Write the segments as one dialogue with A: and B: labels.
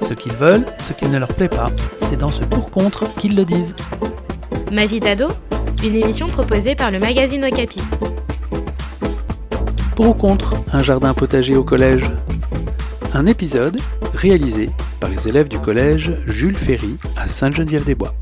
A: Ce qu'ils veulent, ce qui ne leur plaît pas, c'est dans ce pour-contre qu'ils le disent.
B: Ma vie d'ado, une émission proposée par le magazine Okapi.
A: Pour ou contre un jardin potager au collège Un épisode réalisé par les élèves du collège Jules Ferry à Sainte-Geneviève-des-Bois.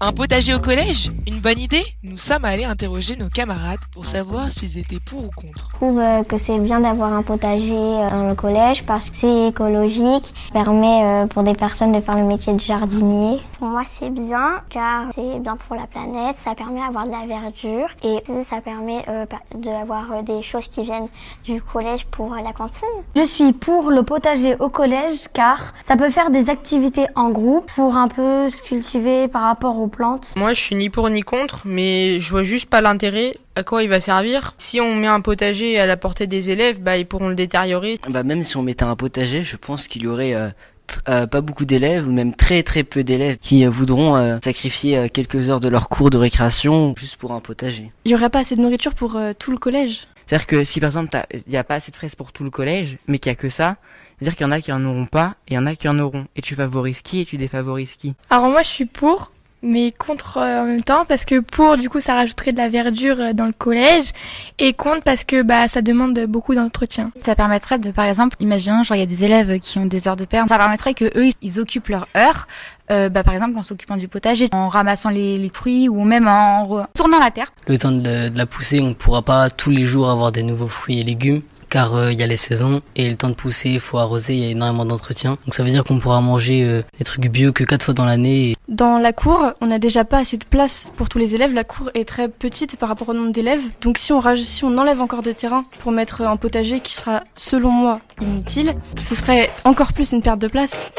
C: Un potager au collège Une bonne idée Nous sommes allés interroger nos camarades pour savoir s'ils étaient pour ou contre.
D: Je trouve euh, que c'est bien d'avoir un potager euh, dans le collège parce que c'est écologique, permet euh, pour des personnes de faire le métier de jardinier.
E: Pour moi, c'est bien car c'est bien pour la planète, ça permet d'avoir de la verdure et aussi ça permet euh, pa- d'avoir euh, des choses qui viennent du collège pour euh, la cantine.
F: Je suis pour le potager au collège car ça peut faire des activités en groupe pour un peu se cultiver par rapport aux plantes.
G: Moi, je suis ni pour ni contre, mais je vois juste pas l'intérêt. À quoi il va servir Si on met un potager à la portée des élèves, bah ils pourront le détériorer.
H: Bah même si on mettait un potager, je pense qu'il y aurait euh, tr- euh, pas beaucoup d'élèves ou même très très peu d'élèves qui euh, voudront euh, sacrifier euh, quelques heures de leur cours de récréation juste pour un potager.
I: Il n'y aurait pas assez de nourriture pour euh, tout le collège.
J: C'est-à-dire que si par exemple il n'y a pas assez de fraises pour tout le collège, mais qu'il n'y a que ça, c'est-à-dire qu'il y en a qui en auront pas et il y en a qui en auront. Et tu favorises qui et tu défavorises qui
K: Alors moi je suis pour, mais contre euh, en même temps, parce que pour du coup ça rajouterait de la verdure euh, dans le collège, et contre parce que bah ça demande beaucoup d'entretien.
L: Ça permettrait de, par exemple, imaginons, genre il y a des élèves qui ont des heures de perme, ça permettrait que eux ils occupent leur heure, euh, bah, par exemple en s'occupant du potager, en ramassant les, les fruits ou même en re- tournant la terre.
M: Le temps de, de la pousser, on ne pourra pas tous les jours avoir des nouveaux fruits et légumes car euh, il y a les saisons et le temps de pousser, il faut arroser, il y a énormément d'entretien. Donc ça veut dire qu'on pourra manger euh, des trucs bio que quatre fois dans l'année. et-
I: Dans la cour, on n'a déjà pas assez de place pour tous les élèves. La cour est très petite par rapport au nombre d'élèves. Donc si on, raj- si on enlève encore de terrain pour mettre un potager qui sera, selon moi, inutile, ce serait encore plus une perte de place.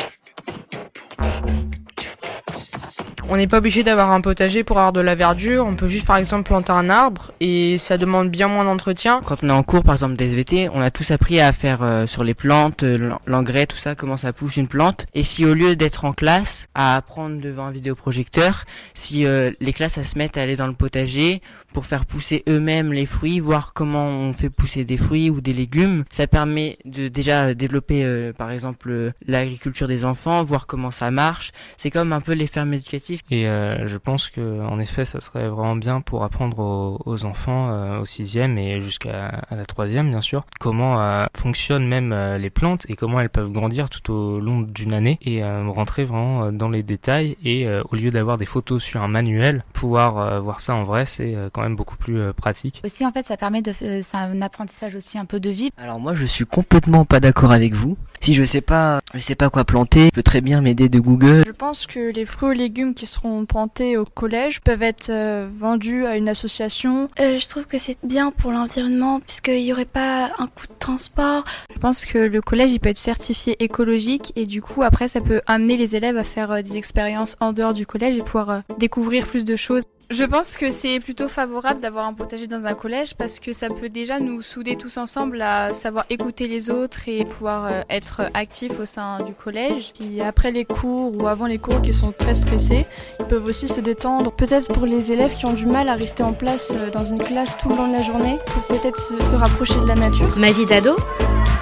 G: On n'est pas obligé d'avoir un potager pour avoir de la verdure. On peut juste par exemple planter un arbre et ça demande bien moins d'entretien.
J: Quand on est en cours par exemple d'SVT, on a tous appris à faire euh, sur les plantes, euh, l'en- l'engrais, tout ça, comment ça pousse une plante. Et si au lieu d'être en classe, à apprendre devant un vidéoprojecteur, si euh, les classes à se mettent à aller dans le potager pour faire pousser eux-mêmes les fruits, voir comment on fait pousser des fruits ou des légumes, ça permet de déjà euh, développer euh, par exemple euh, l'agriculture des enfants, voir comment ça marche. C'est comme un peu les fermes éducatives.
N: Et euh, je pense que en effet, ça serait vraiment bien pour apprendre aux, aux enfants euh, au sixième et jusqu'à à la troisième, bien sûr, comment euh, fonctionnent même euh, les plantes et comment elles peuvent grandir tout au long d'une année et euh, rentrer vraiment euh, dans les détails. Et euh, au lieu d'avoir des photos sur un manuel, pouvoir euh, voir ça en vrai, c'est euh, quand même beaucoup plus euh, pratique.
L: Aussi en fait ça permet de, euh, c'est un apprentissage aussi un peu de vie.
H: Alors moi je suis complètement pas d'accord avec vous. Si je sais pas, je sais pas quoi planter, je peux très bien m'aider de Google.
O: Je pense que les fruits et légumes qui seront plantés au collège peuvent être euh, vendus à une association.
P: Euh, je trouve que c'est bien pour l'environnement puisqu'il n'y aurait pas un coût de transport.
C: Je pense que le collège il peut être certifié écologique et du coup après ça peut amener les élèves à faire euh, des expériences en dehors du collège et pouvoir euh, découvrir plus de choses. Je pense que c'est plutôt favorable d'avoir un potager dans un collège parce que ça peut déjà nous souder tous ensemble à savoir écouter les autres et pouvoir euh, être actifs au sein du collège.
O: Qui après les cours ou avant les cours qui sont très stressés, ils peuvent aussi se détendre.
I: Peut-être pour les élèves qui ont du mal à rester en place euh, dans une classe tout le long de la journée, pour peut-être se- se rapprocher de la nature.
B: Ma vie d'ado,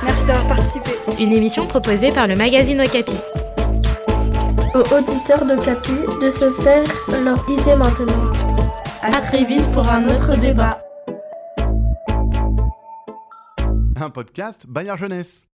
Q: Merci d'avoir participé.
B: une émission proposée par le magazine Okapi.
Q: Aux auditeurs de Capi de se faire leur idée maintenant. À très vite pour un autre débat.
I: Un podcast Bayard Jeunesse.